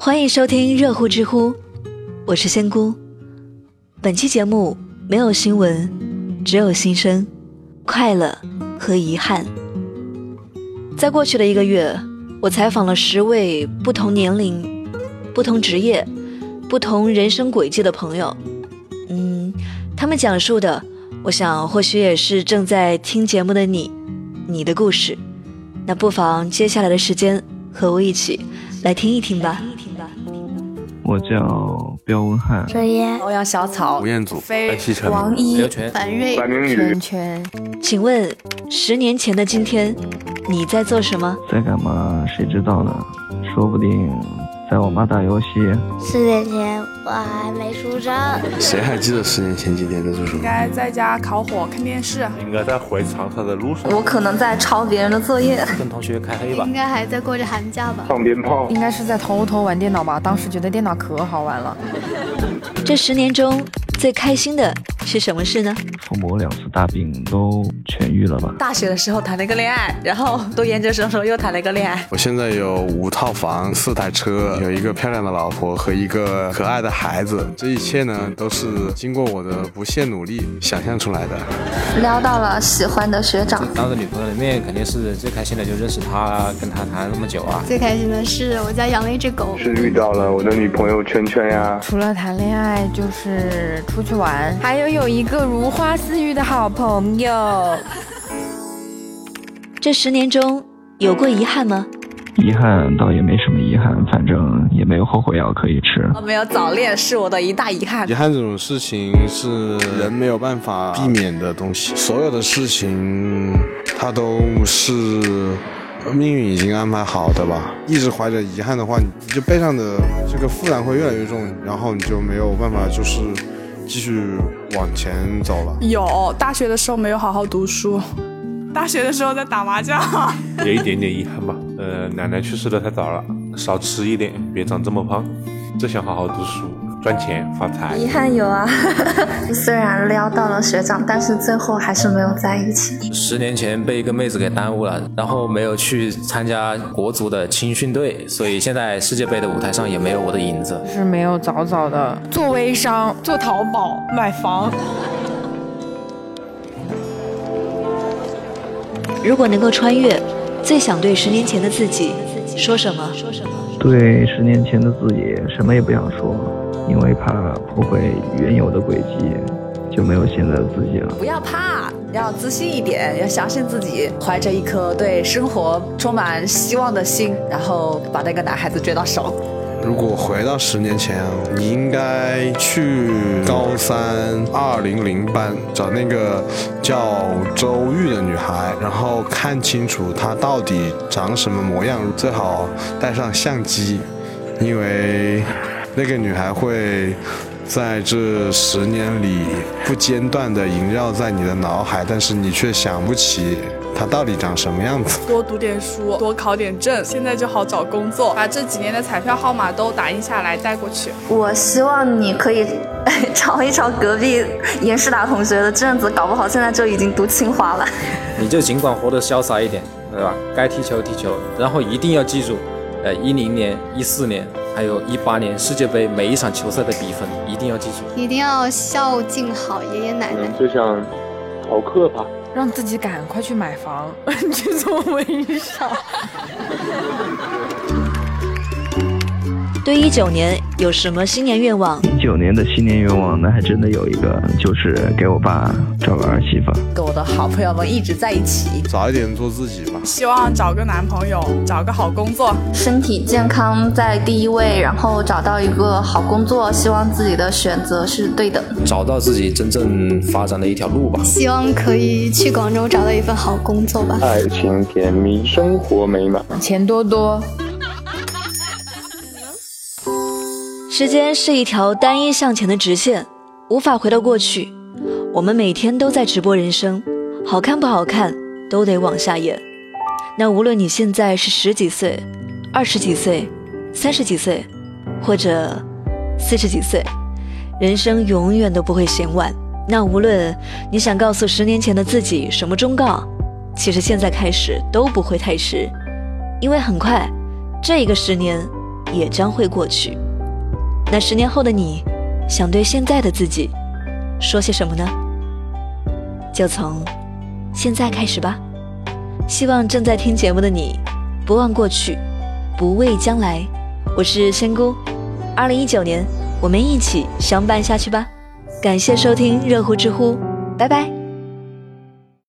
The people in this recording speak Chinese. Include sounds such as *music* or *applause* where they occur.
欢迎收听热乎知乎，我是仙姑。本期节目没有新闻，只有心声、快乐和遗憾。在过去的一个月，我采访了十位不同年龄、不同职业、不同人生轨迹的朋友。嗯，他们讲述的，我想或许也是正在听节目的你，你的故事。那不妨接下来的时间和我一起来听一听吧。我叫彪文翰，哲言、欧阳小草、吴彦祖、飞白启辰、王一刘、全樊瑞、樊明宇全全，请问，十年前的今天，你在做什么？在干嘛？谁知道呢？说不定在网吧打游戏。四年前我还没出生，谁还记得十年前几天在做什应么？该在家烤火看电视。应该在回长沙的路上，我可能在抄别人的作业，跟同学开黑吧应。该还在过着寒假吧？放鞭炮，应该是在头头玩电脑吧，当时觉得电脑可好玩了。这十年中最开心的是什么事呢？父母两次大病都痊愈了吧？大学的时候谈了个恋爱，然后读研究生的时候又谈了个恋爱，我现在有五套房、四台车，有一个漂亮的老婆和一个可爱的孩子。这一切呢，都是经过我的不懈努力想象出来的。撩到了喜欢的学长，当着女朋友的面，肯定是最开心的，就认识她，跟她谈那么久啊。最开心的是我家养了一只狗，是遇到了我的女朋友圈圈呀。除了谈恋爱，就是出去玩，还有有一个如花似玉的好朋友。这十年中有过遗憾吗？遗憾倒也没什么遗憾，反正也没有后悔药可以吃。我没有早恋是我的一大遗憾遗。憾这种事情是人没有办法避免的东西，所有的事情它都是命运已经安排好的吧。一直怀着遗憾的话，你就背上的这个负担会越来越重，然后你就没有办法就是继续往前走了。有大学的时候没有好好读书，大学的时候在打麻将。也一点点遗憾吧。呃，奶奶去世的太早了，少吃一点，别长这么胖。只想好好读书，赚钱发财。遗憾有啊， *laughs* 虽然撩到了学长，但是最后还是没有在一起。十年前被一个妹子给耽误了，然后没有去参加国足的青训队，所以现在世界杯的舞台上也没有我的影子。就是没有早早的做微商，做淘宝，买房。如果能够穿越，最想对十年前的自己说什么？对十年前的自己，什么也不想说，因为怕破坏原有的轨迹，就没有现在的自己了。不要怕，要自信一点，要相信自己，怀着一颗对生活充满希望的心，然后把那个男孩子追到手。如果回到十年前，你应该去高三二零零班找那个叫周玉的女孩，然后看清楚她到底长什么模样，最好带上相机，因为那个女孩会在这十年里不间断地萦绕在你的脑海，但是你却想不起她到底长什么样子。多读点书，多考点证，现在就好找工作。把这几年的彩票号码都打印下来带过去。我希望你可以 *laughs* 抄一抄隔壁严世达同学的卷子，搞不好现在就已经读清华了。你就尽管活得潇洒一点，对吧？该踢球踢球，然后一定要记住，呃，一零年、一四年还有一八年世界杯每一场球赛的比分一定要记住。一定要孝敬好爷爷奶奶。就想逃课吧。让自己赶快去买 *laughs* 房，去做微商。对一九年有什么新年愿望？一九年的新年愿望呢，还真的有一个，就是给我爸找个儿媳妇。跟我的好朋友们一直在一起，早一点做自己吧。希望找个男朋友，找个好工作。身体健康在第一位，然后找到一个好工作，希望自己的选择是对的。找到自己真正发展的一条路吧。希望可以去广州找到一份好工作吧。爱情甜蜜，生活美满。钱多多，时间是一条单一向前的直线，无法回到过去。我们每天都在直播人生，好看不好看都得往下演。那无论你现在是十几岁、二十几岁、三十几岁，或者四十几岁，人生永远都不会嫌晚。那无论你想告诉十年前的自己什么忠告，其实现在开始都不会太迟，因为很快这一个十年也将会过去。那十年后的你，想对现在的自己说些什么呢？就从现在开始吧。希望正在听节目的你，不忘过去，不畏将来。我是仙姑，二零一九年，我们一起相伴下去吧。感谢收听热乎知乎，拜拜。